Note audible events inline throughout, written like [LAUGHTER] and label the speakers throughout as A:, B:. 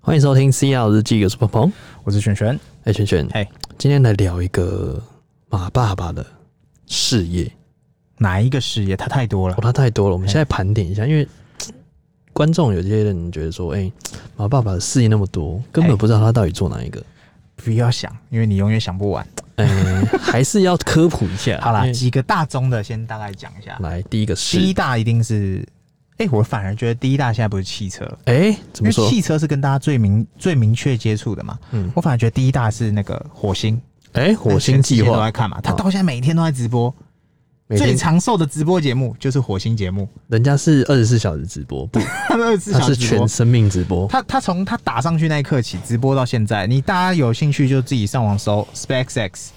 A: 欢迎收听《C L 日记》，我是鹏鹏。
B: 我是璇璇。
A: 哎，圈圈，
B: 嘿，
A: 今天来聊一个马爸爸的事业，
B: 哪一个事业？它太多了
A: 哦，。他太多了。我们
B: 嘿
A: 现在盘点一下，因为嘖观众有些人觉得说，哎、马爸爸的事业那么多，根本
B: 嘿
A: 不知道他到底做哪一个。
B: 不要想，因为你永远想不完。
A: 哎、还是要科普一下。
B: [LAUGHS] 好
A: 因
B: 啦，
A: 为
B: 几个大宗的先大概讲一下。
A: 来第一个是
B: 第，一大一定是，哎、我反而觉得第一大现在不是汽车，
A: 哎、怎么
B: 因为
A: 说？
B: 汽车是跟大家最明最明确接触的嘛。
A: 嗯
B: 我反而觉得第一大是那个火星，
A: 哎、火星计
B: 全世界都
A: 划哦
B: 在，看嘛，他到现在每天都在直播，
A: 每
B: 最
A: 天
B: 长寿的直播节目就是火星节目， [LAUGHS]
A: 人家是二十四小时直播，不，
B: 他们二十四
A: 他
B: 小
A: 是
B: 时直播
A: 全。生命直播。
B: 他他从他打上去那一刻起，直播到现在，你大家有兴趣就自己上网搜 SpaceX，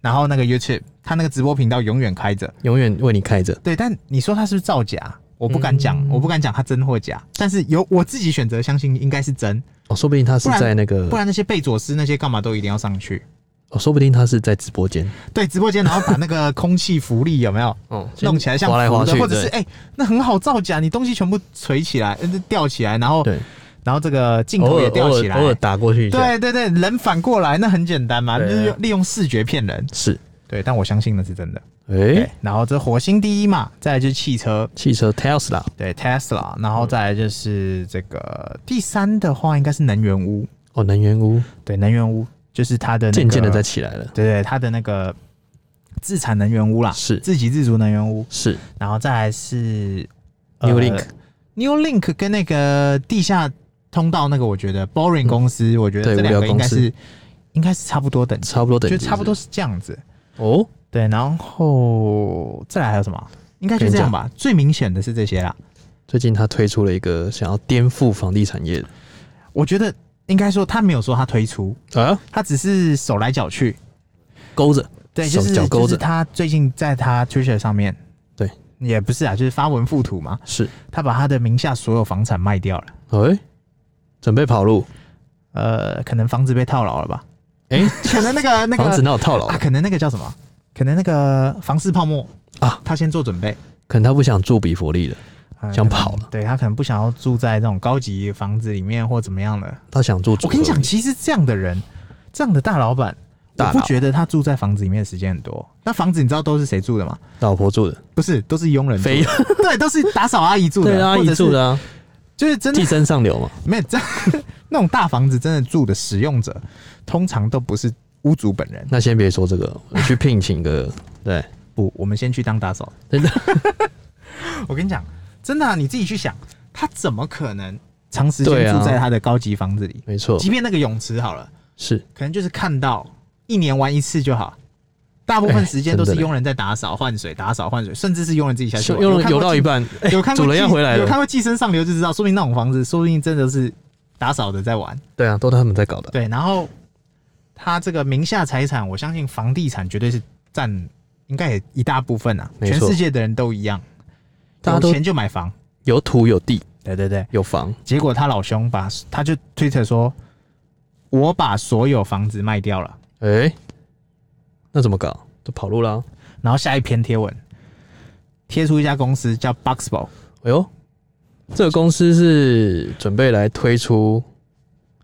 B: 然后那个 YouTube，他那个直播频道永远开着。
A: 永远为你开着，
B: 对，但你说他是不是造假？我不敢
A: 嗯
B: 讲，我不敢讲他真或假，但是有我自己选择相信应该是真，
A: 哦，说不定他是
B: 不然
A: 在那个
B: 不，然那些贝佐斯那些干嘛都一定要上去？
A: 哦，说不定他是在直播间，
B: 对，直播间然后把那个空气浮力有没有
A: 哦，
B: 弄起来像
A: 滑来
B: 浮
A: 滑
B: 的，
A: 去，
B: 或者是
A: 对
B: 哎、那很好造假，你东西全部垂起来，呃吊起来，然后
A: 对，
B: 然后这个镜
A: 偶
B: 头也
A: 尔
B: 吊
A: 偶尔
B: 起来，
A: 偶尔打过去一下，
B: 对对对，人反过来那很简单嘛，
A: 对
B: 就
A: 啊
B: 是用利用视觉骗人。
A: 是，
B: 对，但我相信那是真的。对
A: 哎，，
B: 然后这火星第一嘛，再来就是汽车，
A: 汽车 Tesla，
B: 对 Tesla，然
A: 嗯
B: 后再来就是这个第三的话应该是能源屋，
A: 哦，能源屋
B: 对，能源屋就是它的那个
A: 渐渐的在起来了，
B: 对对它的那个自产能源屋啦，
A: 是
B: 自给自足能源屋，
A: 是
B: 然后再来是
A: New Link，
B: New Link 跟那个地下通道那个，我觉得 Boring 公司，我觉
A: 对
B: 得这
A: 无
B: 两
A: 聊
B: 个应
A: 公
B: 该
A: 司
B: 是应该是差不多等级
A: 差不多等
B: 就
A: 级，
B: 差不多是这样子。
A: 是不是哦，
B: 对，然后再来还有什么？应该就这样吧。最明显的是这些啦，
A: 最近他推出了一个想要颠覆房地产业
B: 我觉得应该说他没有说他推出，
A: 的啊，
B: 他只是手来脚去。
A: 勾着，
B: 对，就是
A: 手脚勾
B: 就
A: 着
B: 是他最近在他 Twitter 上面，
A: 对，
B: 也不是啊，就是发文附图嘛，
A: 是，
B: 他把他的名下所有房产卖掉了。
A: 哎，准备跑路，
B: 呃，可能房子被套牢了吧？
A: 哎，
B: 可 [LAUGHS] 能那个
A: [LAUGHS]
B: 那
A: 房子
B: 个
A: 哪有套牢
B: 啊，？可能那个叫什么？可能那个房市泡沫
A: 啊，
B: 他先做准备，
A: 可能他不想住比佛利了，
B: 呃
A: 想跑了
B: 可能对他可能不想要住在这种高级房子里面或怎么样的。
A: 他想住组合
B: 我跟你讲，其实这样的人，这样的大老板，我
A: 大佬
B: 不觉得他住在房子里面的时间很多。那房子你知道都是谁住的吗？
A: 老婆住的，
B: 不是，都是佣人住
A: 非
B: 的， [LAUGHS] 对，都是打扫阿姨住的，
A: 对阿
B: 或
A: 姨
B: 者是
A: 住，的啊，
B: 就是真的
A: 寄生上流嘛，
B: 没有真 [LAUGHS] 那种大房子真的住的使用者，通常都不是屋主本人。
A: 那先别说这个，我去聘请个对，
B: 不，我们先去当打扫。
A: 真的
B: [LAUGHS] 我跟你讲，真的、啊，你自己去想，他怎么可能长时
A: 对
B: 间
A: 啊
B: 住在他的高级房子里？
A: 没错，
B: 即便那个泳池好了，
A: 是
B: 可能就是看到一年玩一次就好，大部分时间都
A: 哎
B: 是
A: 真的嘞
B: 佣人在打扫、换水、打扫、换水，甚至是佣人自己下去
A: 游
B: 玩。
A: 游
B: 看
A: 游
B: 过
A: 到一半，哎
B: 有看
A: [LAUGHS]
B: 过
A: 主人
B: 寄
A: 要回来
B: 有看
A: 了，
B: 过《寄生上流》就知道，说明那种房子，说不定真的是打扫的在玩。
A: 对啊，都他们在搞的，
B: 对，然后他这个名下财产，我相信房地产绝对是占。应该也一大部分啊，
A: 没
B: 全
A: 错
B: 世界的人都一样，
A: 大家都
B: 有钱就买房。
A: 有土有地
B: 对对对，
A: 有房，
B: 结果他老兄把他就推特说：“我把所有房子卖掉了。
A: 哎、那怎么搞？都跑路啦、”
B: 然后下一篇贴文贴出一家公司叫 Boxball，
A: 哎呦，这个公司是准备来推出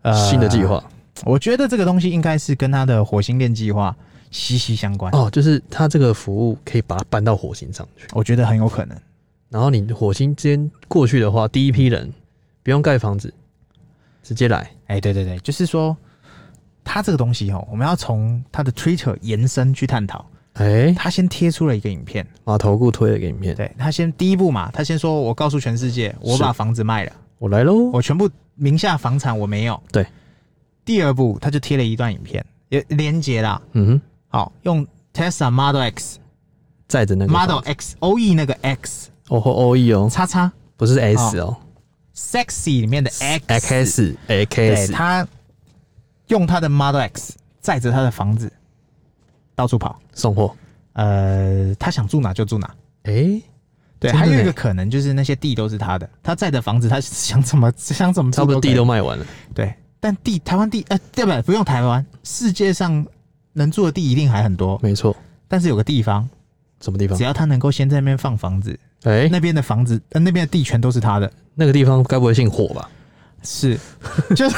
B: 呃
A: 新的计。划、
B: 我觉得这个东西应该是跟他的火星链计划息息相关，
A: 哦，就是它这个服务可以把它搬到火星上去，
B: 我觉得很有可能。
A: 然后你火星之间过去的话，第一批人不用盖房子，直接来，
B: 哎、对对对，就是说他这个东西哦，我们要从他的 Twitter 延伸去探讨。
A: 哎、
B: 他先贴出了一个影片，
A: 码头固推了一个影片，
B: 对他先第一步嘛，他先说我告诉全世界，我
A: 是
B: 把房子卖了。
A: 我来喽，
B: 我全部名下房产我没有。
A: 对，
B: 第二步他就贴了一段影片，也连接啦，
A: 嗯哼，
B: 好用 Tesla Model X、
A: 载着那个
B: Model
A: 房
B: X OE 那个 X
A: 哦或 O E 哦，
B: 叉叉
A: 不是 S 哦
B: Sexy 里面的 X，,
A: X A
B: 对
A: X，
B: 他用他的 Model X 载着他的房子到处跑，
A: 送货，
B: 呃，他想住哪就住哪。
A: 哎、
B: 对，
A: 真的
B: 还有一
A: 呢
B: 个可能就是那些地都是他的，他在的房子，他想怎么 [LAUGHS] 想怎么住
A: 差不多
B: 可以
A: 地都卖完了，
B: 对，但地台湾地呃，对不不用台湾，世界上能住的地一定还很多，
A: 没错，
B: 但是有个地方，
A: 什么地方
B: 只？要他能够先在那边放房子，
A: 哎、
B: 那边的房子、呃、那边的地全都是他的，
A: 那个地方该不会姓火吧？
B: [LAUGHS] 是，就是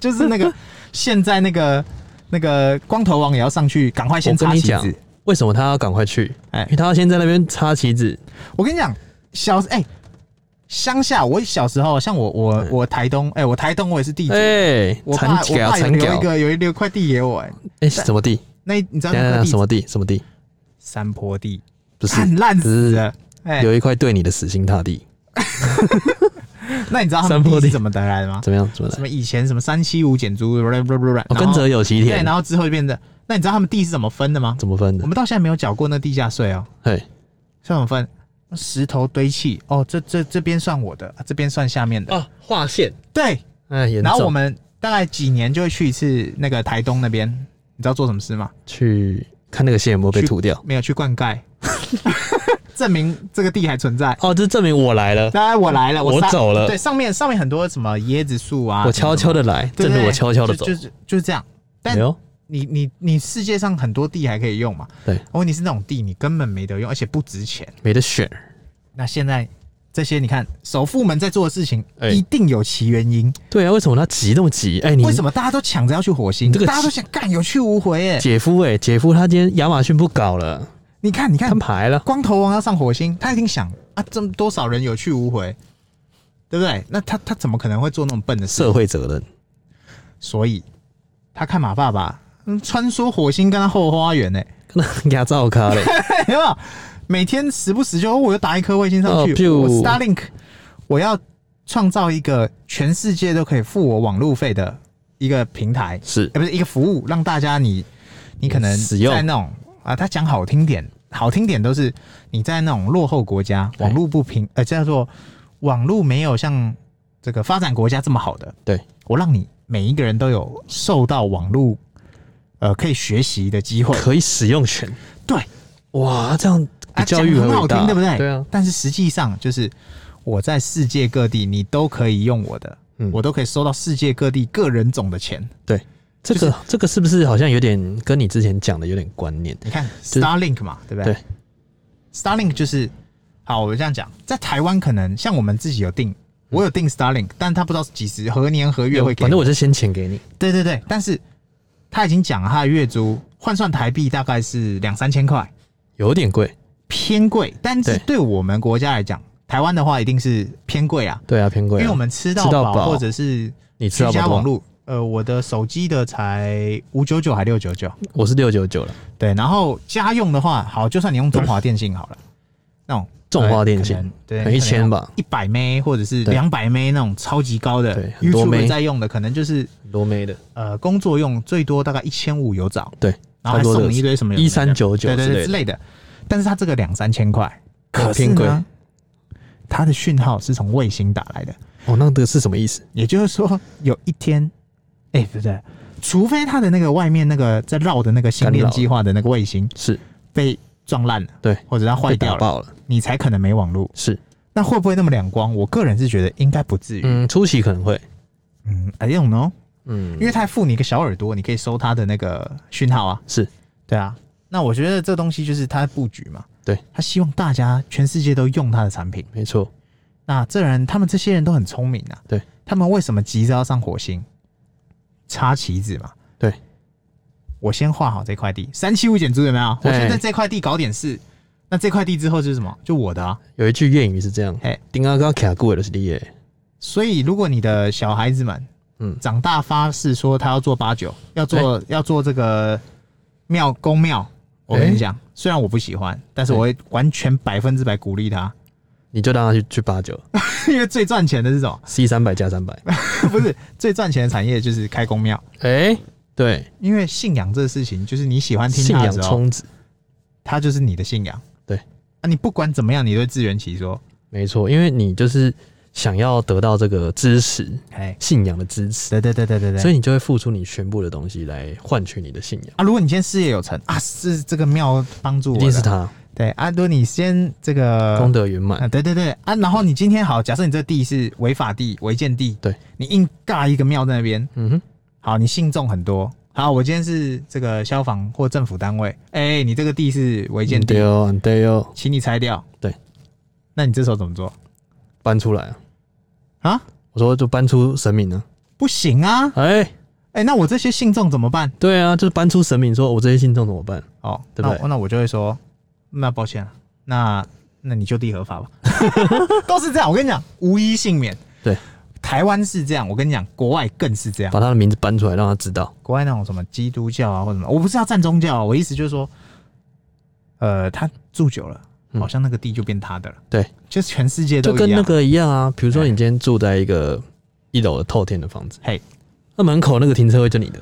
B: 就是那个现在那个那个光头王也要上去，赶快先
A: 我跟
B: 插
A: 你
B: 旗
A: 讲
B: 子。，
A: 为什么他要赶快去？
B: 哎
A: 因为他要先在那边插旗子。
B: 我跟你讲，小哎、乡下，我小时候像我我我台东，哎、我台东我也是地主，
A: 哎，
B: 我
A: 残
B: 爸
A: 脚
B: 我爸有
A: 残
B: 留一
A: 脚，
B: 个有一留一块地给我、哎，
A: 哎，什么地？
B: 那你知道
A: 等一
B: 那
A: 下
B: 块地
A: 什么地？什么地？
B: 山坡地，
A: 不是，
B: 烂烂死
A: 是
B: 了。哎、
A: 有一块对你的死心塌地。
B: 那你知道他
A: 山
B: 们
A: 坡地
B: 地是怎么得来的吗？
A: 怎么样？怎么
B: 什
A: 来？
B: 么以前什么三七五减租，
A: 哦，
B: 跟
A: 跟着有其
B: 对，
A: 田
B: 啊然，后之后就变成。那你知道他们地是怎么分的吗？
A: 怎么分
B: 我
A: 的？
B: 们到现在没有缴过那地价税哦。
A: 嘿，
B: 算怎么分？石头堆砌哦，这这这边算我的，啊这边算下面的。
A: 哦，划线。
B: 对，
A: 哎，严
B: 然后
A: 重
B: 我们大概几年就会去一次那个台东那边，你知道做什么事吗？
A: 去看那个线有没有被
B: 去
A: 吐掉。
B: 没有去灌溉， [LAUGHS] 证明这个地还存在。
A: 哦，这证明我来了，
B: 当然我来了，
A: 我
B: 杀
A: 走了
B: 对，上面上面很多什么椰子树啊，
A: 我
B: 什
A: 悄
B: 么
A: 悄的来，
B: 什么
A: 证
B: 对
A: 明
B: 对
A: 我悄悄的走哎
B: 就。就是就是这样。但
A: 没有，
B: 你你你世界上很多地还可以用嘛？
A: 对，
B: 我问题是那种地你根本没得用，而且不值钱。
A: 没得选。
B: 那现在这些你看，首富们在做的事情
A: 哎
B: 一定有其原因。
A: 对啊，为什么他急那么急？哎，你
B: 为什么大家都抢着要去火星？
A: 你这个
B: 大家都想干有去无回耶！
A: 姐夫哎、姐夫他今天亚马逊不搞了，
B: 你看，你看
A: 摊，牌了。
B: 光头王要上火星，他一定想啊，这么多少人有去无回，对不对？那他他怎么可能会做那种笨的事
A: 社？会责任，
B: 所以他看马爸爸、嗯、穿梭火星跟他后花园呢、
A: 那 [LAUGHS] 压造咖
B: [LAUGHS]
A: 嘞，
B: 有没有？每天时不时就哦我又打一颗卫星上
A: 哦
B: 去，
A: 譬如
B: 我 Starlink，我要创造一个全世界都可以付我网路费的一个平台，
A: 是
B: 呃，不是一个服务，让大家你你可能
A: 使用
B: 在那种啊，他讲好听点，好听点都是你在那种落后国家，
A: 对
B: 网络不平，呃，叫做网络没有像这个发展国家这么好的，
A: 对
B: 我让你每一个人都有受到网络呃可以学习的机会，
A: 可以使用权。
B: 对，
A: 哇，这样比
B: 啊，
A: 教育还
B: 讲得很
A: 伟
B: 好
A: 大，
B: 听，对不对？
A: 对啊，
B: 但是实际上就是我在世界各地，你都可以用我的，
A: 嗯
B: 我都可以收到世界各地个人种的钱。
A: 对，这个、这个是不是好像有点跟你之前讲的有点观念？
B: 你看
A: 是
B: Starlink 嘛，对不对
A: 对
B: s t a r l i n k 就是好，我这样讲，在台湾可能像我们自己有
A: 嗯
B: 定，我有定 Starlink，但他不知道几时何年何月会给。
A: 反正我是先钱给你，
B: 对对对，但是他已经讲了他的月租换算台币大概是两三千块，
A: 有点贵。
B: 偏贵。但是
A: 对
B: 对我们国家来讲，台湾的话一定是偏贵啊，
A: 对啊，偏贵啊、
B: 因为我们吃到
A: 吃到
B: 饱
A: 饱
B: 或者是
A: 你吃
B: 居
A: 到
B: 家
A: 饱
B: 网
A: 多少？
B: 络，呃，我的手机的才五九九还六九九，
A: 我是六九九了，
B: 对，然后家用的话，好，就算你用中华电信好了，那种
A: [LAUGHS] 中华电信
B: 呃可能
A: 可
B: 对，
A: 能一千，吧，
B: 一百枚或者是
A: 对
B: 两百枚那种超级高的
A: 对很多
B: YouTube
A: 枚
B: 在用的，可能就是
A: 很多妹的，
B: 呃工作用最多大概一千五有找，
A: 对，
B: 然
A: 差
B: 后还
A: 不多
B: 送
A: 这个
B: 你一堆什么有的没的
A: 1399之
B: 对对
A: 类
B: 对
A: 的
B: 之类的，但是它这个两三千块，可是
A: 偏贵
B: 呢，它的讯号是从卫星打来的，
A: 哦，那这个是什么意思？
B: 也就是说，有一天，哎、不对，除非他的那个外面那个在绕的那个星链计划的那个卫星
A: 是
B: 被撞烂了，
A: 对，
B: 或者它坏
A: 被打
B: 掉了，
A: 爆了，
B: 你才可能没网络。
A: 是，
B: 那会不会那么两光？我个人是觉得应该不至于。
A: 嗯，初期可能会，
B: 嗯，I don't know，
A: 嗯
B: 因，为他还附你一个小耳朵，你可以收他的那个讯号啊。
A: 是
B: 对啊，那我觉得这东西就是他的布局嘛。
A: 对，
B: 他希望大家全世界都用他的产品。
A: 没错，
B: 那这人他们这些人都很聪明啊。
A: 对，
B: 他们为什么急着要上火星？插旗子嘛。
A: 对，
B: 我先画好这块地，三七五减租有没有？我
A: 对
B: 先在这块地搞点事。那这块地之后就是什么？就我的啊。
A: 有一句谚语是这样
B: 嘿，
A: 丁阿高卡过的是你耶，
B: 所以如果你的小孩子们，
A: 嗯哎
B: 长大发誓说他要做八九，要做要做这个庙公庙，我跟
A: 哎
B: 你讲，虽然我不喜欢，但是我会完全百分之百鼓励他， [LAUGHS]
A: 你就让他去去八九
B: 因为最赚钱的是什么？ [LAUGHS]
A: C 三百加三百，
B: 不是最赚钱的产业就是开公庙。
A: 哎，对，
B: 因为信仰这个事情，就是你喜欢听
A: 信
B: 他
A: 仰
B: 的时候，
A: 充值，
B: 他就是你的信仰。
A: 对
B: 啊，你不管怎么样，你都会自圆其说。
A: 没错，因为你就是想要得到这个支持，
B: 哎，
A: 信仰的支持，
B: 对对对对对对。
A: 所
B: 以
A: 以你就会付出你全部的东西来换取你的信仰，
B: 啊，如果你今天事业有成啊，是这个庙帮助我
A: 一
B: 的，
A: 定是他
B: 对啊。如果你先这
A: 功
B: 个
A: 德圆满
B: 啊，，对对对啊，然后你今天好，假设你这地是违法地、违建地，
A: 对
B: 你硬尬一个庙在那边，
A: 嗯哼，
B: 好，你信众很多。好，我今天是这个消防或政府单位，哎、你这个地是违建
A: 对
B: 地，
A: 哦，对哦，
B: 请你拆掉。
A: 对，
B: 那你这时候怎么做
A: 搬出来啊，
B: 啊？
A: 我说就搬出神明啊，
B: 不行啊！
A: 哎、
B: 哎、那我这些信众怎么办？
A: 对啊，就是搬出神明说，我这些信众怎么办？
B: 哦，
A: 对不对
B: 那我那我就会说，那抱歉了，啊那那你就地
A: [LAUGHS]
B: 合法吧，都是这样。我跟你讲，无一幸免。
A: 对，
B: 台湾是这样，我跟你讲，国外更是这样。
A: 把他的名字搬出来，让他知道。
B: 国外那种什么基督教啊或者什么，我不是要站宗教、啊，我意思就是说，呃，他住久了，
A: 嗯
B: 好像那个地就变他的了，
A: 对，
B: 就全世界
A: 就
B: 都一
A: 跟那
B: 样。哎
A: 个一样啊。比如说你今天住在一个一楼的透天的房子，
B: 嘿，
A: 那门口那个停车位就你的，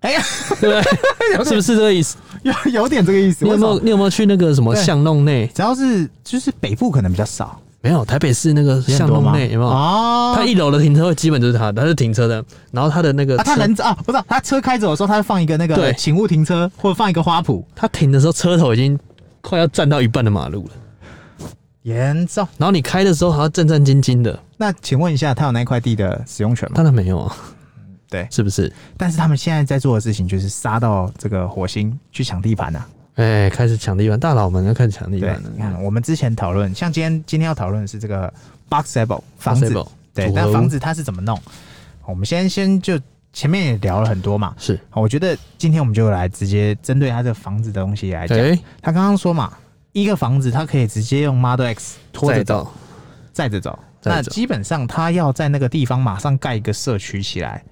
B: 哎呀，
A: 对
B: [LAUGHS]
A: 不对？是不是这个意思？
B: 有有点这个意思。
A: 你有没
B: 为
A: 有
B: 什么？
A: 你有没有去那个什么
B: 对
A: 巷弄内？
B: 只要是就是北部可能比较少，
A: 没有，台北市那个
B: 也很
A: 巷
B: 多
A: 弄
B: 吗？
A: 内有没有？
B: 哦，
A: 他一楼的停车位基本就是他的，他是停车的，然后他的那个
B: 啊，他
A: 呃车
B: 人啊，不是他车开走的时候，他会放一个那个
A: 对
B: 请勿停车，或者放一个花圃，
A: 他停的时候车头已经快要占到一半的马路了，
B: 严重。
A: 然后你开的时候还要战战兢兢的，
B: 那请问一下，他有那块地的使用权吗？
A: 当然没有啊，
B: 对
A: 是不是？
B: 但是他们现在在做的事情就是杀到这个火星去抢地盘呐、啊。
A: 哎，开始抢地盘，大佬们要开始抢地
B: 对
A: 盘，
B: 你
A: 了。
B: 看，我们之前讨论，像今天今天要讨论的是这个 boxable 房子
A: Boxable，
B: 对，
A: 组合
B: 但
A: 屋
B: 房子它是怎么弄？我们先先就前面也聊了很多嘛，
A: 是，
B: 好我觉得今天我们就来直接针对他这个房子的东西来讲。
A: 哎，
B: 他刚刚说嘛，一个房子它可以直接用 Model X 拖着
A: 再
B: 走，
A: 到
B: 载着走。
A: 载
B: 那
A: 着走
B: 基本上他要在那个地方马上盖一个社区起来，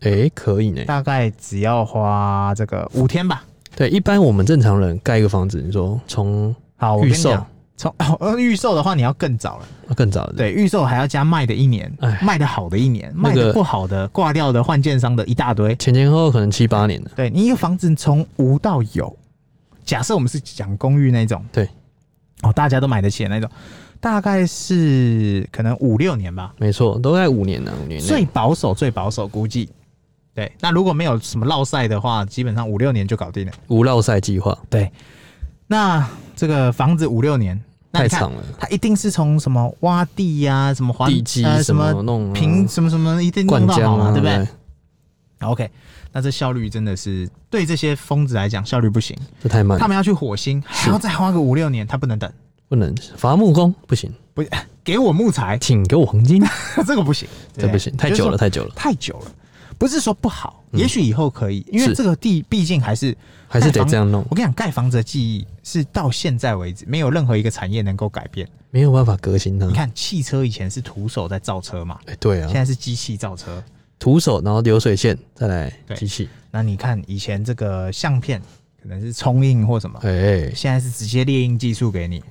A: 哎，可以呢。
B: 大概只要花这个五天吧。
A: 对，一般我们正常人盖一个房子，你说从
B: 好，我跟你
A: 预售
B: 讲，哎从 [LAUGHS] 哦预售的话你要更早了。
A: 更早的，
B: 对，预售还要加卖的一年
A: 哎，
B: 卖的好的一年，
A: 那
B: 卖
A: 个
B: 的不好的挂掉的换建商的一大堆。
A: 前前后后可能七八年了。
B: 对你一个房子从无到有，假设我们是讲公寓那种，
A: 对，
B: 哦，大家都买得起的那种，大概是可能五六年吧，
A: 没错，都在五年了，五年
B: 最
A: 内。
B: 保守最保守估计。对，那如果没有什么落赛的话，基本上五六年就搞定了。
A: 无绕赛计划
B: 对，那这个房子五六年，那
A: 太
B: 你看
A: 长了，
B: 它一定是从什么挖地呀、什么环
A: 地基
B: 呃、
A: 什
B: 什
A: 么
B: 么
A: 弄啊
B: 平什么什么，一定
A: 灌
B: 弄到好
A: 浆
B: 嘛，
A: 啊，
B: 对不对
A: 对？？
B: OK，那这效率真的是对这些疯子来讲效率不行，
A: 这太慢
B: 他
A: 了，
B: 们要去火星，还要再花个五六年，他不能等。
A: 不能伐木工不行，
B: 不，给我木材， [LAUGHS]
A: 请给我黄金，
B: 这个不行，对
A: 这不行，太久了，，
B: 就是说
A: 太久了，
B: 太久了。不是说不好，也许以后可以，因为
A: 是
B: 这个地毕竟还是
A: 还是
B: 盖
A: 得
B: 房
A: 这样弄，
B: 我跟你讲，盖房子的记忆是到现在为止没有任何一个产业能够改变。
A: 没有办法革新它
B: 你。看，汽车以前是徒手在造车嘛，
A: 哎，对
B: 现
A: 啊，
B: 在是机器造车。
A: 徒手，然后流水线，再来
B: 对
A: 机器，
B: 那你看以前这个相片可能是冲印或什么，
A: 哎，
B: 现在是直接列印技术给你。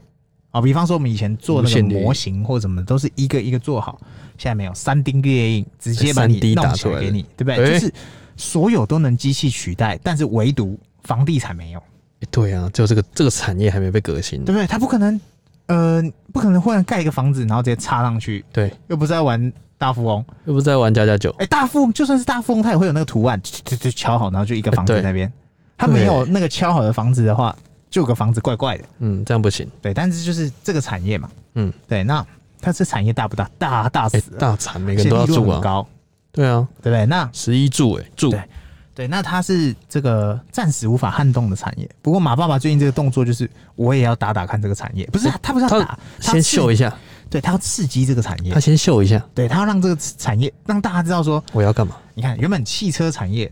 B: 哦，比方说我们以前做那
A: 无
B: 个
A: 线列印
B: 模型或什么，都是一个一个做好，现在没有三 D 列印，直接把你
A: 3D
B: 弄
A: 打
B: 起
A: 出
B: 来
A: 来
B: 给
A: 的
B: 你，对不对？
A: 哎
B: 就是所有都能机器取代，但是唯独房地产没有，
A: 哎对啊，就这个这个产业还没被革新
B: 对，不对？它不可能，呃，不可能忽然盖一个房子，然后直接插上去，
A: 对，
B: 又不是在玩大富翁。
A: 又不是在玩家家酒，
B: 哎、大富翁就算是大富翁，它也会有那个图案，就就敲好，然后就一个房子在
A: 啊对
B: 那边。它没有那个敲好的房子的话，就有个房子怪怪的。
A: 嗯，这样不行，
B: 对，但是就是这个产业嘛，
A: 嗯，
B: 对，那它这产业大不大？大大
A: 哎
B: 死，了，
A: 大产每
B: 而
A: 个人
B: 且
A: 都要
B: 利润
A: 住
B: 很
A: 啊，
B: 高，
A: 对啊，
B: 对不对？那
A: 十一住哎住，
B: 对对，那它是这个暂时无法撼动的产业。不过马爸爸最近这个动作就是，我也要打打看这个产业，不是啊他不是要
A: 他
B: 打，他
A: 先秀一
B: 下，
A: 下，
B: 对他要刺激这个产业
A: 他，先秀一下，
B: 对他要让这个产业让大家知道说，
A: 我要干嘛？
B: 你看原本汽车产业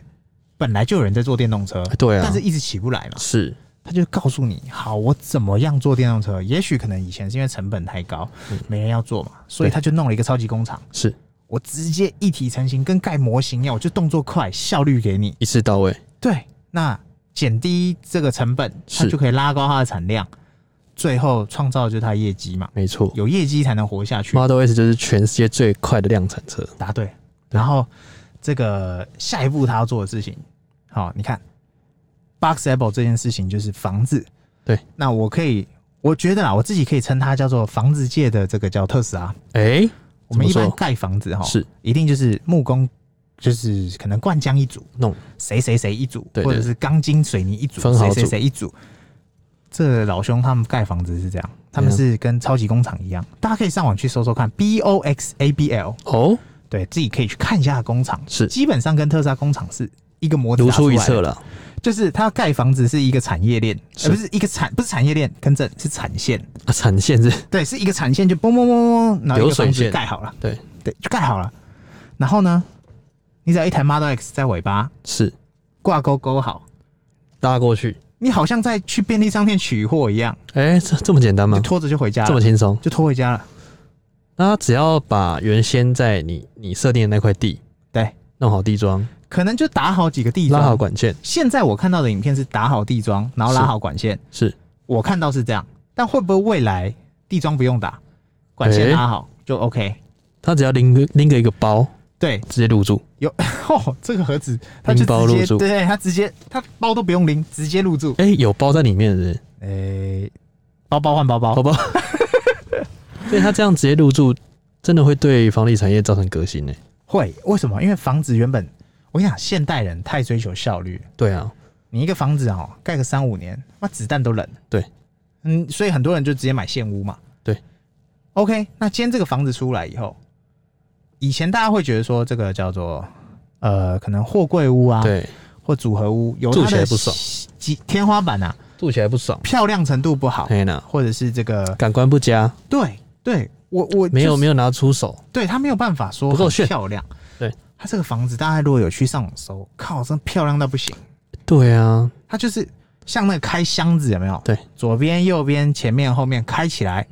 B: 本来就有人在做电动车
A: 哎，对啊
B: 但是一直起不来嘛，
A: 是
B: 他就告诉你，好，我怎么样做电动车？也许可能以前是因为成本太高，没人要做嘛，所
A: 嗯
B: 以
A: 对
B: 他就弄了一个超级工厂，
A: 是，我
B: 我直接一体成型，跟盖模型一样，我就动作快，效率给你。
A: 一次到位，
B: 对，那减低这个成本，它
A: 是
B: 就可以拉高它的产量，最后创造的就是它的业绩嘛。
A: 没错。
B: 有业绩才能活下去。
A: Model S 就是全世界最快的量产车，
B: 答对。然后这个下一步他要做的事情，好，你看 box apple 这件事情就是房子。
A: 对，
B: 那我可以，我觉得啦，我自己可以称它叫做房子界的这个叫特斯拉。
A: 哎、
B: 我们一
A: 怎
B: 般
A: 么说
B: 盖房子哈，
A: 是
B: 一定就是木工，就是可能灌浆一组，
A: 弄
B: 谁谁谁一组，
A: 对对
B: 或者是钢筋水泥一组，
A: 分好
B: 谁
A: 组
B: 谁谁一组。这老兄他们盖房子是这样，他们
A: 怎
B: 是跟超级工厂一样，大家可以上网去搜搜看 B O X A B L，
A: 哦，
B: 对自己可以去看一下工厂，
A: 是
B: 基本上跟特斯拉工厂是一个模子
A: 如
B: 打出
A: 出一
B: 来的
A: 辙，了，
B: 就是它盖房子是一个产业链，呃
A: 是
B: 而不是一个产不是产业链，跟正是产线，
A: 啊，产线是
B: 对，是一个产线就嘣嘣嘣嘣，然后一
A: 流
B: 个
A: 水
B: 房子
A: 线
B: 盖好了，
A: 对，
B: 对，就盖好了。然后呢，你只要一台 Model X 在尾巴
A: 是
B: 挂钩钩好，
A: 拉过去。
B: 你好像在去便利商店取货一样，
A: 哎、这这么简单
B: 就
A: 吗？
B: 拖着就回家
A: 这么
B: 了，
A: 轻松？
B: 就拖回家了。
A: 那只要把原先在你你设定的那块地
B: 对，
A: 弄好地桩，
B: 可能就打好几个地
A: 拉好
B: 桩。
A: 管线，
B: 现在我看到的影片是打好地桩，然后拉
A: 是
B: 好管线，
A: 是
B: 我看到是这样，但会不会未来地桩不用打，管线
A: 诶
B: 拉好、就 OK？
A: 它只要拎个拎个一个包，
B: 对， [LAUGHS]
A: 直接入住，
B: 哦，这个盒子它就
A: 拎包
B: 直接
A: 入住
B: 对，它直接它包都不用拎，直接入住。
A: 哎、有包在里面是不是
B: 诶、包包换包包
A: 好， [LAUGHS] 吧？所以他这样直接入住，真的会对房地产业造成革新呢、
B: 会为什么？因为房子原本我跟你讲，现代人太追求效率了，
A: 对啊，
B: 你一个房子哦，盖个三五年，那子弹都冷。
A: 对，
B: 嗯，所以很多人就直接买现屋嘛。
A: 对
B: ，OK，那今天这个房子出来以后，以前大家会觉得说这个叫做呃，可能货柜屋啊，，
A: 对，
B: 或组合屋，有
A: 住
B: 它
A: 起来
B: 的
A: 不爽
B: 喜喜天花板啊，
A: 住起来不爽，
B: 漂亮程度不好，
A: 哎呢，
B: 或者是这个
A: 感官不佳，
B: 对对，我我
A: 没有
B: 就是
A: 没有拿出手，
B: 对他没有办法说
A: 不够
B: 很
A: 炫
B: 漂亮。
A: 对，
B: 他这个房子，大家如果有去上网搜，靠，真的漂亮到不行。
A: 对啊，
B: 它就是像那个开箱子，有没有？
A: 对，
B: 左边、右边、前面、后面开起来，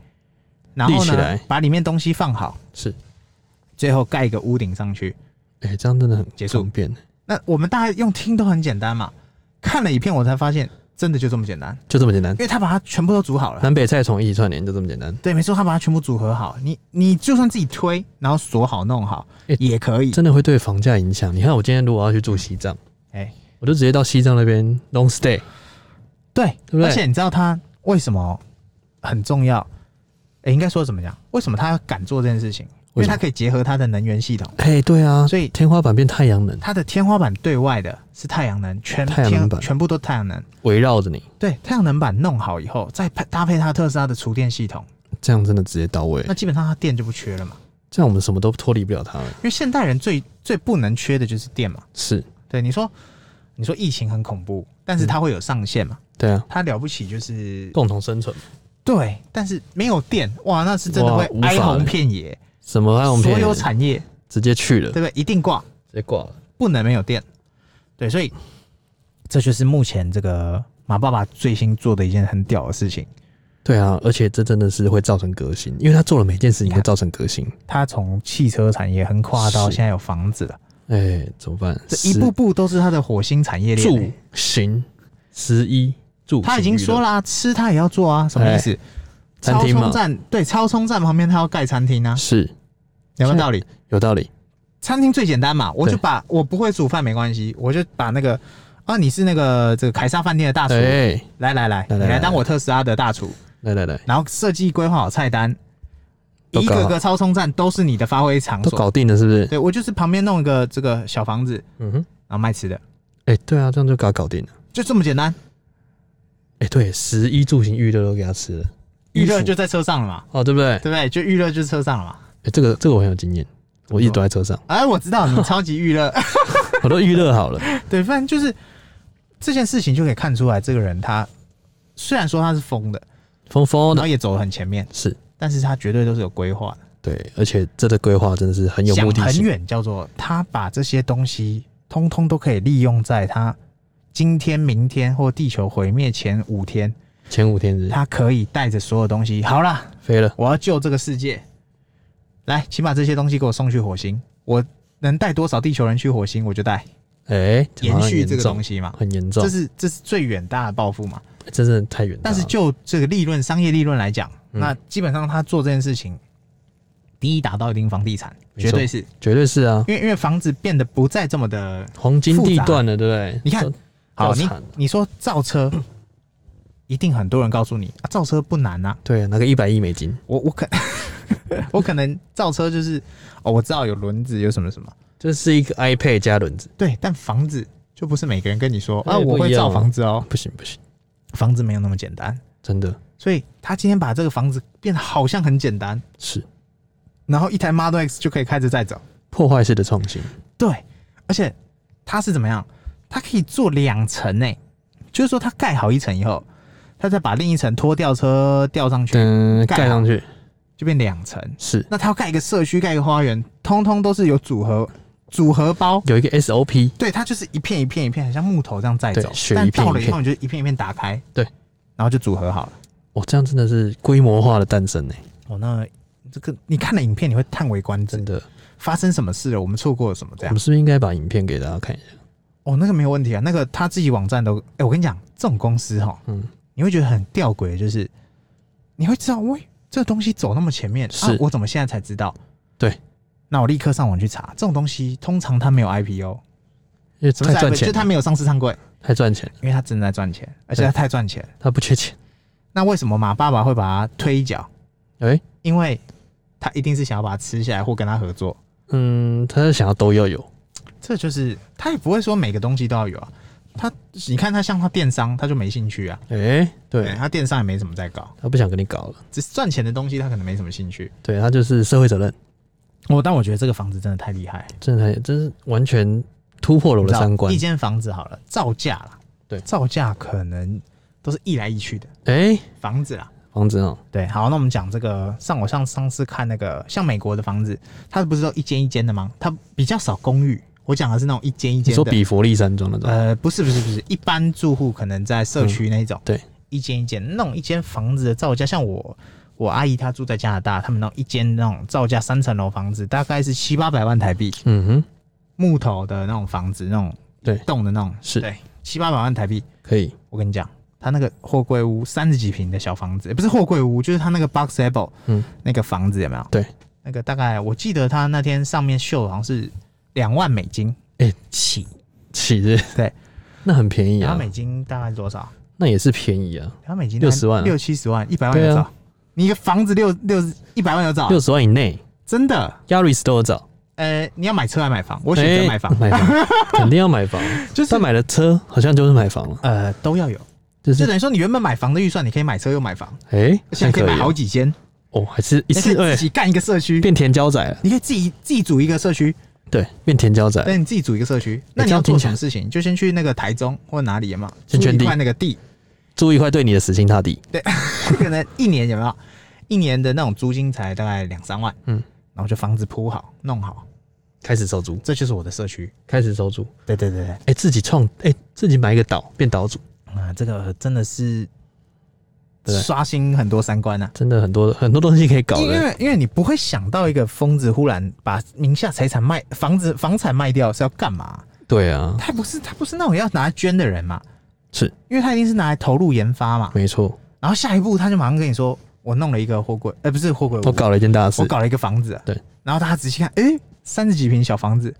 B: 然后
A: 立起来
B: 呢，把里面东西放好，
A: 是，
B: 最后盖一个屋顶上去。
A: 哎、这样真的很
B: 结束
A: 方便，
B: 那我们大家用听都很简单嘛，看了影片我才发现，真的就这么简单，
A: 就这么简单
B: 因，为他把它全部都组好了。
A: 南北菜从一起串联就这么简单，
B: 对，没错，他把它全部组合好。你你就算自己推，然后锁好弄好、
A: 欸
B: 也可以。
A: 真的会对房价影响。你看我今天如果要去住西藏，
B: 哎、
A: 我就直接到西藏那边 long stay，
B: 对，
A: 对不对
B: 而且你知道他为什么很重要？诶，应该说怎么讲？为什么他敢做这件事情？
A: 为
B: 因为
A: 什么
B: 他可以结合他的能源系统，
A: 哎、对啊，
B: 所以
A: 天花板变太阳能，
B: 它的天花板对外的是太阳能，全
A: 太阳
B: 天
A: 能板
B: 全部都太阳能。
A: 围绕着你，
B: 对，太阳能板弄好以后，再配搭配它特斯拉的厨电系统，
A: 这样真的直接到位
B: 那，基本上它电就不缺了嘛。
A: 这样我们什么都脱离不了它了。
B: 因为现代人最最不能缺的就是电嘛。
A: 是，
B: 对，你说你说疫情很恐怖，但是它会有上限嘛？
A: 对啊，
B: 它了不起就是
A: 共同生存，
B: 对，但是没有电，哇，那是真的
A: 哇
B: 会
A: 无法
B: 哀
A: 了
B: 鸿遍野，
A: 什么还有
B: 所
A: 骗
B: 有
A: 人
B: 产业
A: 直接去了
B: 对，不对？一定挂，
A: 直接挂了。
B: 不能没有电。对，所以这就是目前这个马爸爸最新做的一件很屌的事情。
A: 对啊，而且这真的是会造成革新，因为他做了每件事情
B: 看
A: 会造成革新。
B: 他从汽车产业横跨到
A: 是
B: 现在有房子了，
A: 哎、怎么办？
B: 这一步步都是他的火星产业
A: 食
B: 链欸、
A: 住行十一住，
B: 他已经说啦，吃他也要做啊，什么意思？
A: 哎餐
B: 超
A: 厅嘛
B: 充站对，超充站旁边他要盖餐厅啊，
A: 是
B: 有没有道理？
A: 有道理。
B: 餐厅最简单嘛，我就
A: 对
B: 把我不会煮饭没关系，我就把那个啊，你是那个这个凯撒饭店的大厨，
A: 哎、
B: 来来来，你
A: 来来
B: 来
A: 来
B: 当我特斯拉的大厨，
A: 来来来，
B: 然后设计规划好菜单，
A: 都
B: 一
A: 搞好
B: 个个超充站都是你的发挥场
A: 都
B: 所。
A: 搞定了是不是？
B: 对我就是旁边弄一个这个小房子，
A: 嗯哼，
B: 然后卖吃的，
A: 哎、对啊，这样就搞搞定了。
B: 就这么简单。
A: 哎、对，十一住行娱乐都给他吃了，
B: 预热
A: 衣服
B: 就在车上了嘛，
A: 哦，对不对？
B: 对不对？就预热就是车上了嘛。
A: 哎、这个这个我很有经验，我一直都在车上，
B: 哎，我知道你超级预
A: [LAUGHS]
B: 热，
A: 我都预热好
B: [LAUGHS]
A: 了。
B: 对，反正就是这件事情就可以看出来，这个人他虽然说他是疯的，
A: 疯疯
B: 然后
A: 的，
B: 也走得很前面，
A: 是
B: 但是他绝对都是有规划的，
A: 对，而且这个规划真的是很有
B: 想
A: 目的
B: 很
A: 性，
B: 远，叫做他把这些东西通通都可以利用在他今天、明天或地球毁灭前五天，
A: 前五天是
B: 他可以带着所有东西，好啦，
A: 飞了，
B: 我要救这个世界。来，请把这些东西给我送去火星。我能带多少地球人去火星，我就带，
A: 哎、
B: 延续这个东
A: 西
B: 西嘛。
A: 很严重啊
B: 这，是这是最远大的抱负嘛。
A: 这真的太远大
B: 但
A: 了。
B: 是就这个利润、商业利润来讲，
A: 嗯
B: 那基本上他做这件事情，第一打到一定房地产，
A: 没错
B: 绝对是
A: 绝对是啊，
B: 因为因为房子变得不再这么的
A: 黄金地段了，对不对？
B: 你看
A: 都，
B: 好。
A: 都
B: 你
A: 惨了
B: 你说造车，一定很多人告诉你啊，造车不难啊。
A: 对，拿个一百亿美金，
B: 我我可 [LAUGHS] 我可能造车就是哦，我知道有轮子，有什么什么。
A: 这是一个 iPad 加轮子，
B: 对，但房子就不是每个人跟你说
A: 对
B: 啊，我
A: 不
B: 会
A: 一样
B: 造
A: 啊
B: 房子哦，
A: 不行不行，
B: 房子没有那么简单。
A: 真的
B: 所以他今天把这个房子变得好像很简单，
A: 是
B: 然后一台 Model X 就可以开着再走。
A: 破坏式的创新，
B: 对，而且它是怎么样？它可以做两层诶，就是说它盖好一层以后，它再把另一层拖吊车吊上去，
A: 嗯，
B: 盖好
A: 盖上去
B: 就变两层。
A: 是
B: 那它要盖一个社区，盖一个花园，通通都是有组合组合包，
A: 有一个 SOP，
B: 对，它就是一片一片一片，很像木头这样载
A: 对
B: 走。
A: 雪
B: 但
A: 一片
B: 到了
A: 一
B: 以
A: 片
B: 后，你就一片一片打开，
A: 对，
B: 然后就组合好了。
A: 哇，这样真的是规模化的诞生呢、
B: 哦，那这个你看了影片，你会叹为观止
A: 真，的。
B: 发生什么事了？我们错过了什么？这
A: 我
B: 样
A: 们是不是应该把影片给大家看一下？
B: 哦，那个没有问题啊，那个他自己网站都，哎、我跟你讲，这种公司哈，
A: 嗯，
B: 你会觉得很吊诡，就是你会知道，喂，这东西走那么前面，啊
A: 是，
B: 我怎么现在才知道？
A: 对，
B: 那我立刻上网去查，这种东西通常它没有 IPO，
A: 因为
B: 什么
A: 太
B: 是 IPO？
A: 赚
B: 就是
A: 钱
B: 它
A: 了，
B: 没有上市上柜，
A: 太赚钱了，
B: 因为它正在赚钱，而且它
A: 对
B: 太赚钱了。
A: 他不缺钱。
B: 那为什么马爸爸会把它推一脚？
A: 哎、
B: 因为他一定是想要把它吃下来或跟他合作，
A: 嗯，他是想要都要有，
B: 这就是他也不会说每个东西都要有啊。他你看他像他电商，他就没兴趣啊，
A: 哎、对
B: 他电商也没怎么在搞，
A: 他不想跟你搞了，
B: 只是赚钱的东西他可能没什么兴趣。
A: 对他就是社会责任，
B: 哦，但我觉得这个房子真的太厉害，
A: 真的太真是完全突破了我的三观
B: 一。间房子好了，造价啦，
A: 对
B: 造价可能都是一来一去的
A: 哎、
B: 房子啦。
A: 房子哦，
B: 对，好，那我们讲这个，像我上上次看那个，像美国的房子，它不是都一间一间的吗？它比较少公寓，我讲的是那种一间一
A: 你
B: 间
A: 说
B: 的。
A: 比佛利山庄那种，
B: 呃，不是不是不是，一般住户可能在社区那一种，
A: 嗯对，
B: 一间一间那种一间房子的造价，像我我阿姨她住在加拿大，他们那种一间那种造价三层楼房子，大概是七八百万台币，
A: 嗯哼，
B: 木头的那种房子，那种
A: 对
B: 一栋的那种，
A: 是
B: 对，七八百万台币。
A: 可以，
B: 我跟你讲，他那个货柜屋三十几平的小房子，也不是货柜屋，就是他那个 box able，
A: 嗯，
B: 那个房子有没有？
A: 对，
B: 那个大概我记得他那天上面秀好像是两万美金
A: 哎、
B: 起，
A: 起日
B: 对，
A: 那很便宜
B: 两
A: 啊
B: 万，美金大概是多少？
A: 那也是便宜啊，
B: 两万美金
A: 60万啊
B: 六七十万，一百万有
A: 对
B: 找？
A: 啊
B: 你一个房子六六一百万有找？
A: 六十万以内
B: 真的？
A: ，Yaris 都有找，
B: 呃，你要买车还买房？我选择
A: 哎
B: 买房，
A: 买
B: [LAUGHS]
A: 房肯定要买房，
B: 就是
A: 但买了车好像就是买房了，
B: 呃都要有，
A: 就是
B: 就等于说你原本买房的预算，你可以买车又买房，
A: 哎，
B: 而且还可以
A: 以
B: 买好几间，
A: 哦，还是一
B: 你可以
A: 次哎
B: 自己干一个社区，
A: 变田交仔了，
B: 你可以自己自己组一个社区，
A: 对，变田交仔了，
B: 但你自己组一个社区，那你
A: 哎这
B: 要
A: 样
B: 做
A: 听起
B: 什
A: 来
B: 么事情？就先去那个台中或哪里嘛，
A: 先
B: 租
A: 圈
B: 一
A: 地
B: 块那个地，
A: 租一块对你的死心塌地，
B: 可能一年有没有？一年的那种租金才大概两三万，
A: 嗯，
B: 然后就房子铺好弄好，
A: 开始收租，
B: 这就是我的社区。
A: 开始收租，
B: 对对对对，
A: 哎，自己创，哎，自己买一个岛变岛主，
B: 啊，这个真的是
A: 对
B: 刷新很多三观啊！
A: 真的很多很多东西可以搞
B: 因
A: 的，
B: 为因为你不会想到一个疯子忽然把名下财产卖房子房产卖掉是要干嘛？
A: 对啊，
B: 他不是他不是那种要拿来捐的人嘛，
A: 是
B: 因为他一定是拿来投入研发嘛。
A: 没错，
B: 然后下一步他就马上跟你说，我弄了一个货柜，呃，不是货柜屋，
A: 我搞了一件大事
B: 我，搞了一个房子。啊
A: 对，
B: 然后大家仔细看，诶，三十几平小房子，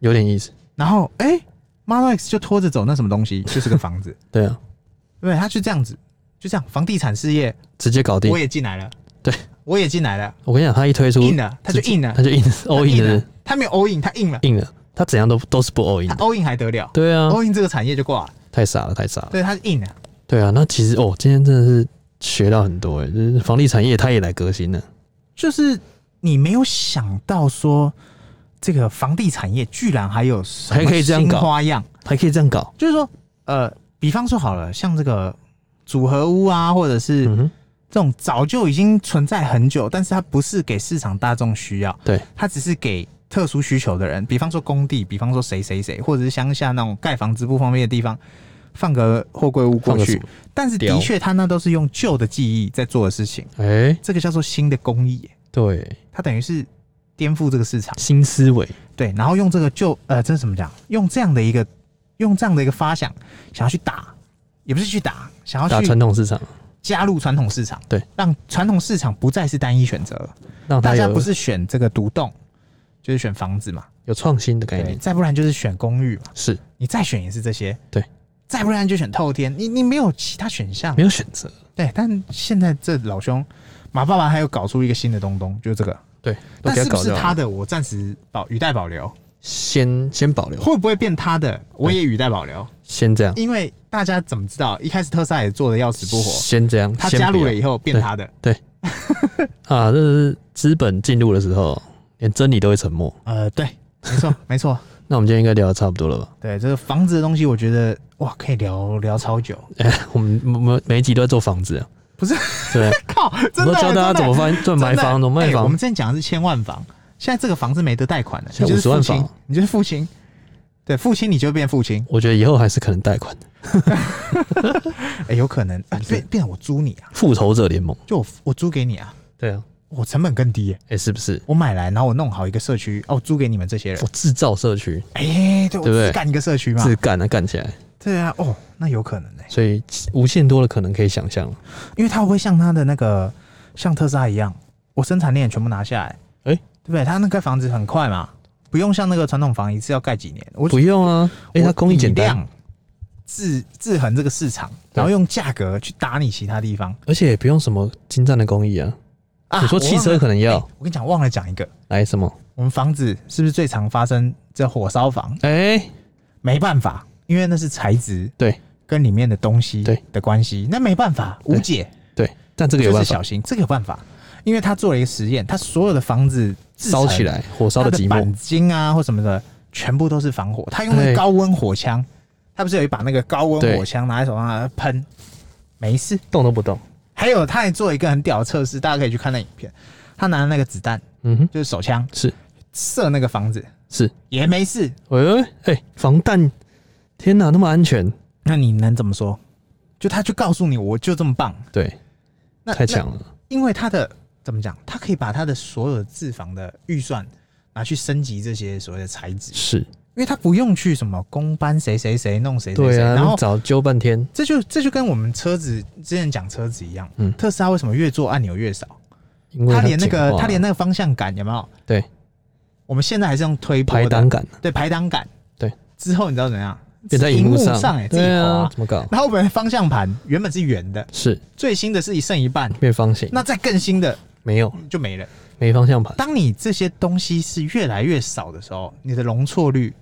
A: 有点意思，
B: 然后诶 m o d e X 就拖着走那什么东西，就是个房
A: [LAUGHS]
B: 子，
A: 对啊，
B: 对，他就这样子，就这样，房地产事业
A: 直接搞定
B: 我，也进来了，
A: 对
B: 我也进来了，
A: 我跟你讲，他一推出
B: 硬了，他就
A: 直接
B: 硬了
A: 他，就硬 all
B: 他
A: in 的
B: 了，他没有 all in，他硬了，
A: 硬了，他怎样都都是不 all in
B: 他
A: 的，
B: all in 还得了
A: 对啊，
B: ，all in 这个产业就挂了，
A: 太傻了，太傻了，
B: 对，他硬了，
A: 对啊，那其实哦，今天真的是学到很多，哎，就是房地产业他也来革新了，
B: 就是你没有想到说。这个房地产业居然还有什么
A: 还可以这样
B: 新
A: 搞
B: 花样，
A: 还可以这样搞，
B: 就是说，呃，比方说好了，像这个组合屋啊，或者是
A: 嗯哼，
B: 这种早就已经存在很久，但是它不是给市场大众需要，
A: 对，
B: 它只是给特殊需求的人，比方说工地，比方说谁谁谁，或者是乡下那种盖房子不方便的地方，放个货柜屋过
A: 放个
B: 去
A: 什。
B: 但是的
A: 雕
B: 确，它那都是用旧的技艺在做的事情，
A: 哎、
B: 这个叫做新的工艺耶，
A: 对，
B: 它等于是颠覆这个市场。
A: 新思维，
B: 对，然后用这个就呃，这是怎么讲？用这样的一个用这样的一个发想，想要去打，也不是去打，想要
A: 打
B: 去
A: 传统市场，
B: 加入传统市场，
A: 对，
B: 让传统市场不再是单一选择，
A: 让
B: 大
A: 它
B: 家
A: 哦有
B: 不是选这个独栋，就是选房子嘛，
A: 有创新的概
B: 对，
A: 念，
B: 再不然就是选公寓嘛，
A: 是
B: 你再选也是这些，
A: 对，
B: 再不然就选透天，你你没有其他选项
A: 没，有选择，
B: 对，但现在这老兄马爸爸还有搞出一个新的东东，就是这个，
A: 对，都
B: 但
A: 给
B: 是
A: 它
B: 不
A: 搞
B: 是
A: 掉
B: 他
A: 了，
B: 的，我暂时保语带保留。
A: 先先保留，
B: 会不会变他的？我也语带保留，
A: 先这样，
B: 因为大家怎么知道？一开始特斯拉也做的要死不活，
A: 先这样，
B: 他
A: 先
B: 加
A: 不
B: 入
A: 要
B: 了以后变他的
A: 啊，这是资本进入的时候，连真理都会沉默。
B: 呃，对，没错，没错，
A: 那我们今天应该聊的差不多了吧？ [LAUGHS]
B: 对这个房子的东西，我觉得哇，可以聊聊超久。
A: 我们我们每一集都在做房子、啊，
B: 不是
A: 对，
B: 靠，
A: 我
B: 真 [LAUGHS]
A: 们
B: 的
A: 都教大家
B: 哦真的
A: 怎么翻，怎么买
B: 真的
A: 房，怎么卖
B: 哎我
A: 房
B: 们，之前讲的是千万房，现在这个房子没得贷款了，
A: 现
B: 你
A: 在
B: 就是
A: 50
B: 父
A: 万
B: 亲
A: 房，
B: 你就是父亲，对，父亲你就变父亲，
A: 我觉得以后还是可能贷款的。
B: 哎、有可能、啊、变变成我租你啊，
A: 复仇者联盟，
B: 就我我租给你啊，
A: 对啊，
B: 我成本更低耶、
A: 哎、是不是？
B: 我买来，然后我弄好一个社区，哦，我租给你们这些人
A: 我，制造社区，
B: 哎、对，我
A: 对不对
B: 自干一个社区嘛，
A: 自干啊干起来，
B: 对啊，哦，那有可能呢、
A: 所以无限多的可能可以想象。
B: 因为它会不会像它的那个像特斯拉一样，我生产链全部拿下来，
A: 哎
B: 对不对？它那个房子很快嘛，不用像那个传统房一次要盖几年，我
A: 不用啊，哎、它工艺简
B: 我以
A: 单，
B: 量制制衡这个市场，然后用价格去打你其他地方
A: 而且也不用什么精湛的工艺啊。
B: 啊
A: 你说汽车可能要
B: 我忘了哎我跟你讲，忘了讲一个，
A: 来什么？
B: 我们房子是不是最常发生这火烧房？
A: 哎、
B: 没办法，因为那是材质
A: 对
B: 跟里面的东西
A: 对
B: 的关系，那没办法，无
A: 对
B: 解。
A: 对，但这
B: 这
A: 个有办
B: 小
A: 法，
B: 心，这个有办法，因为他做了一个实验，他所有的房子制成
A: 烧起，来，火烧
B: 它
A: 的
B: 的
A: 寂寞
B: 钣，金啊或什么的，全部都是防火。他用那个
A: 对
B: 高温火枪，他不是有一把那个高温
A: 对
B: 火枪拿在手上啊喷，没事。
A: 动都不动。
B: 还有他还做了一个很屌的测试，大家可以去看那影片，他拿那个子弹
A: 嗯哼，
B: 就是手枪
A: 是
B: 射那个房子
A: 是，
B: 也没事。
A: 喂喂，哎、防弹，天哪，那么安全，
B: 那你能怎么说？就他就告诉你，我就这么棒，
A: 对，
B: 那
A: 太强了，
B: 因为他的怎么讲，他可以把他的所有自防的预算拿去升级这些所谓的材质，
A: 是，
B: 因为他不用去什么公班谁谁谁弄谁谁
A: 对
B: 谁，
A: 啊，
B: 然后
A: 找揪半天，
B: 这就这就跟我们车子之前讲车子一样，
A: 嗯
B: 特斯拉为什么越做按钮越少？
A: 因为
B: 他连那个
A: 他
B: 他连那个方向感有没有？
A: 对
B: 我们现在还是用推波的
A: 排档感
B: 对排档感，
A: 对，
B: 之后你知道怎样？
A: 变在
B: 荧
A: 荧幕
B: 上，哎、自己
A: 对
B: 滑、
A: 啊，怎么搞？
B: 然后我们的方向盘原本是圆的，
A: 是
B: 最新的是剩一半，
A: 变方形，
B: 那再更新的
A: 没有
B: 就没了。
A: 没方向盘，
B: 当你这些东西是越来越少的时候，你的容错率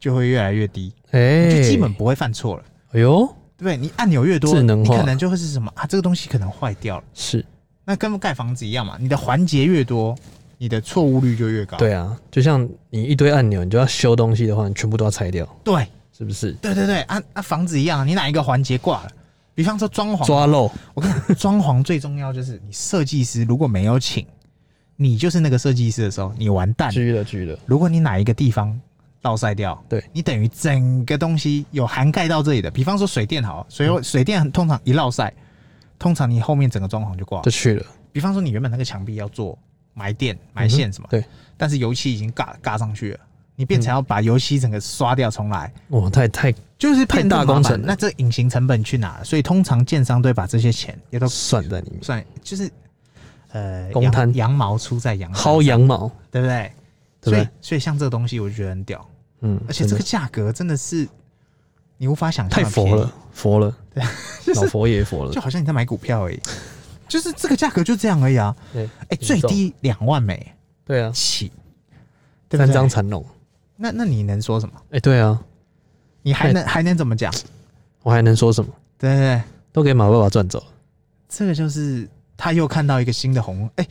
B: 就会越来越低，
A: 哎、
B: 你就基本不会犯错了，
A: 哎呦，
B: 对不对？你按钮越多，
A: 智能
B: 你
A: 化
B: 可能就会是什么啊？这个东西可能坏掉了，
A: 是
B: 那跟盖房子一样嘛，你的环节越多，你的错误率就越高。
A: 对啊，就像你一堆按钮，你就要修东西的话，你全部都要拆掉，
B: 对
A: 是不是？
B: 对对对，啊啊，房子一样，你哪一个环节挂了？比方说装潢，
A: 抓漏，
B: 我跟你讲， [LAUGHS] 装潢最重要就是你设计师如果没有请，你就是那个设计师的时候，你完蛋了。
A: 狙了狙了，
B: 如果你哪一个地方倒晒掉，
A: 对
B: 你等于整个东西有涵盖到这里的，比方说水电好了，水水电通常一落晒，通常你后面整个装潢就挂了
A: 就。去了，
B: 比方说你原本那个墙壁要做埋电、埋线什么，
A: 嗯对，
B: 但是油漆已经尬尬上去了，你变成要把油漆整个刷掉重来，
A: 哇，太太
B: 就是变得
A: 太大工程了
B: 麻烦那这隐形成本去哪了？所以通常建商都会把这些钱也都
A: 算在里面，
B: 算，就是呃，
A: 公
B: 羊
A: 摊
B: 羊毛出在羊身上
A: 薅，羊毛，
B: 对不对？
A: 对不
B: 嗯所以
A: 对
B: 所以像这个东西，我就觉得很屌。
A: 嗯，
B: 而且这
A: 真
B: 个
A: 的
B: 价格真的是你无法想象，
A: 太佛，了，佛了， [LAUGHS] 老佛爷佛
B: 就
A: 了，
B: 好像你在买股票而已，就是这个价格就这样而已啊。
A: 对，
B: 哎、最
A: 严重
B: 低两万美
A: 对啊，
B: 起，对不
A: 三
B: 对？
A: 张残龙，
B: 那那你能说什么？
A: 哎，对啊，
B: 你还能还能怎么讲？
A: 我还能说什么？
B: 对对对，
A: 都给马爸爸赚走了，
B: 这个就是他又看到一个新的红，哎、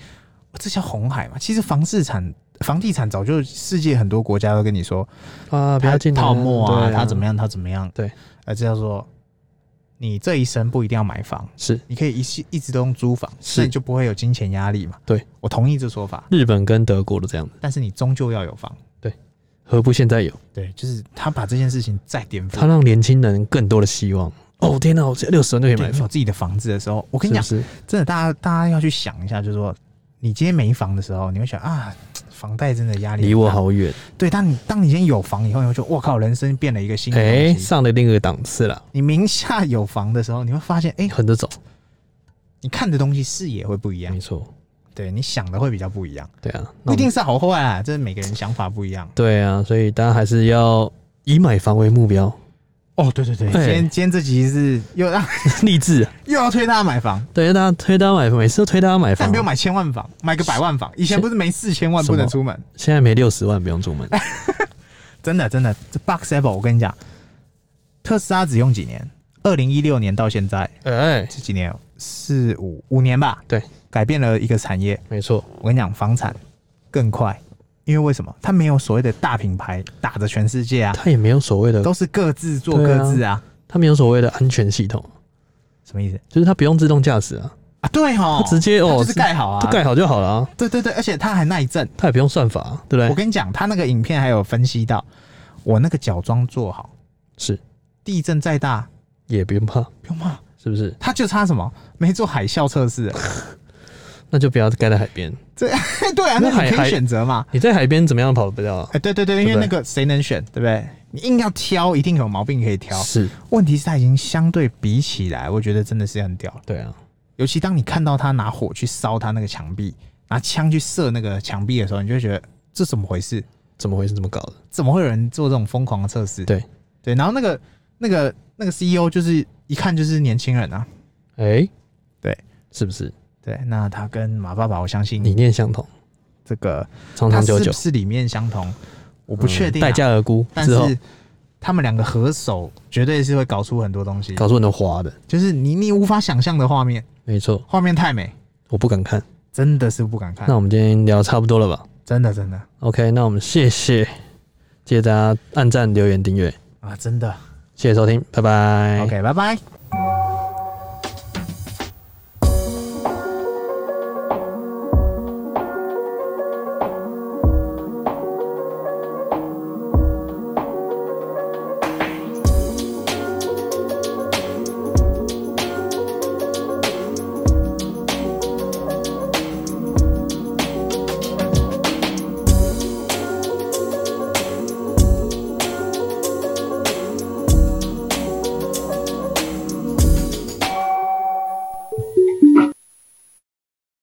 B: 这叫红海嘛？其实房市产、房地产早就世界很多国家都跟你说，
A: 啊，不
B: 它
A: 要进来
B: 泡沫啊，
A: 对
B: 它怎么样，它怎么样？
A: 对，
B: 呃，这叫做你这一生不一定要买房。
A: 是
B: 你可以一系一直都用租房，
A: 是
B: 那你就不会有金钱压力嘛。
A: 对，
B: 我同意这说法，
A: 日本跟德国的这样子，
B: 但是你终究要有房。
A: 何不现在有？
B: 对，就是他把这件事情再颠
A: 他
B: 覆。
A: 让年轻人更多的希望。哦天哪，我六十万就可以
B: 对
A: 买
B: 你有
A: 房，
B: 自己的房子的时候，我跟你讲，
A: 是不是
B: 真的，大家大家要去想一下，就是说，你今天没房的时候，你会想啊，房贷真的压力
A: 离我
B: 很大。
A: 好远，
B: 对，当你当你今天有房以后，你会觉得我靠，人生变了一个新的
A: 哎，
B: 东西。
A: 上了另一个档次了，
B: 你名下有房的时候，你会发现，哎、
A: 横着走，
B: 你看的东西视野会不一样
A: 没，错，
B: 对你想的会比较不一样，
A: 对啊，那
B: 啊
A: 我
B: 不
A: 们
B: 一定是好坏啊，这是每个人想法不一样。
A: 对啊，所以大家还是要以买房为目标， [LAUGHS]
B: 哦，对对对，今
A: 哎
B: 天今天这集是又让 [LAUGHS]
A: 励志。啊
B: 又要推大家买房，
A: 对，大家推大家买房，每次都推大家买
B: 但
A: 房啊
B: 不，用买千万房，买个百万房。以前不是没四千万
A: 什
B: 不
A: 么
B: 能出门，
A: 现在没六十万不用出门，
B: 真的真的，这 Box Apple 我跟你讲，特斯拉只用几年？二零一六年到现在
A: 哎，
B: 这几年哦四五五年吧，
A: 对，
B: 改变了一个产业。
A: 没错，
B: 我跟你讲，房产更快，因为为什么？它没有所谓的大品牌打着全世界啊，
A: 他也没有所谓的，
B: 都是各自做
A: 对
B: 各
A: 啊
B: 自啊，
A: 他没有所谓的安全系统，
B: 什么意思？
A: 就是他不用自动驾驶啊，
B: 啊，对哈，
A: 它直接哦
B: 它就是盖好啊，
A: 都盖好就好了啊，
B: 对对对，而且它还耐震。
A: 它也不用算法啊，对不
B: 我
A: 对？
B: 跟你讲，它那个影片还有分析到，我那个脚桩做好，
A: 是，
B: 地震再大
A: 也不用怕，
B: 不用怕，
A: 是不是？
B: 它就差什么没做海啸
A: [LAUGHS]
B: 测试了。
A: 那就不要盖在海边。
B: 对啊，
A: 那
B: 那你
A: 海
B: 可以
A: 海
B: 选择嘛。
A: 你在海边怎么样跑得掉啊
B: 哎、？对对对，因
A: 对
B: 为
A: 不对
B: 那个谁能选，对不对？你硬要挑，一定有毛病可以挑。
A: 是，
B: 问题是它已经相对比起来，我觉得真的是很屌了。
A: 对啊，
B: 尤其当你看到他拿火去烧他那个墙壁，拿枪去射那个墙壁的时候，你就会觉得这怎么回事？
A: 怎么会是这么搞的？
B: 怎么会有人做这种疯狂的测试？
A: 对
B: 对，然后那个那个那个 CEO 就是一看就是年轻人啊。
A: 哎、
B: 对，
A: 是不是？
B: 对，那他跟马爸爸，我相信
A: 理
B: 你
A: 念相同，
B: 这个
A: 长
B: 他
A: 长久
B: 是
A: 久嗯
B: 不，是理念相同，我不确定、啊
A: 待，价而沽
B: 但
A: 之后
B: 是他们两个合手绝对是会搞出很多东西，
A: 搞出很多花的，
B: 就是你你无法想象的画面，
A: 没错，
B: 画面太美，
A: 我不敢看。
B: 真的是不敢看
A: 那，我们今天聊得差不多了吧
B: 真的真的
A: ？OK，那我们谢谢，谢谢大家按赞、留言、订阅，
B: 啊，真的。
A: 谢谢收听，拜拜。
B: OK，拜拜。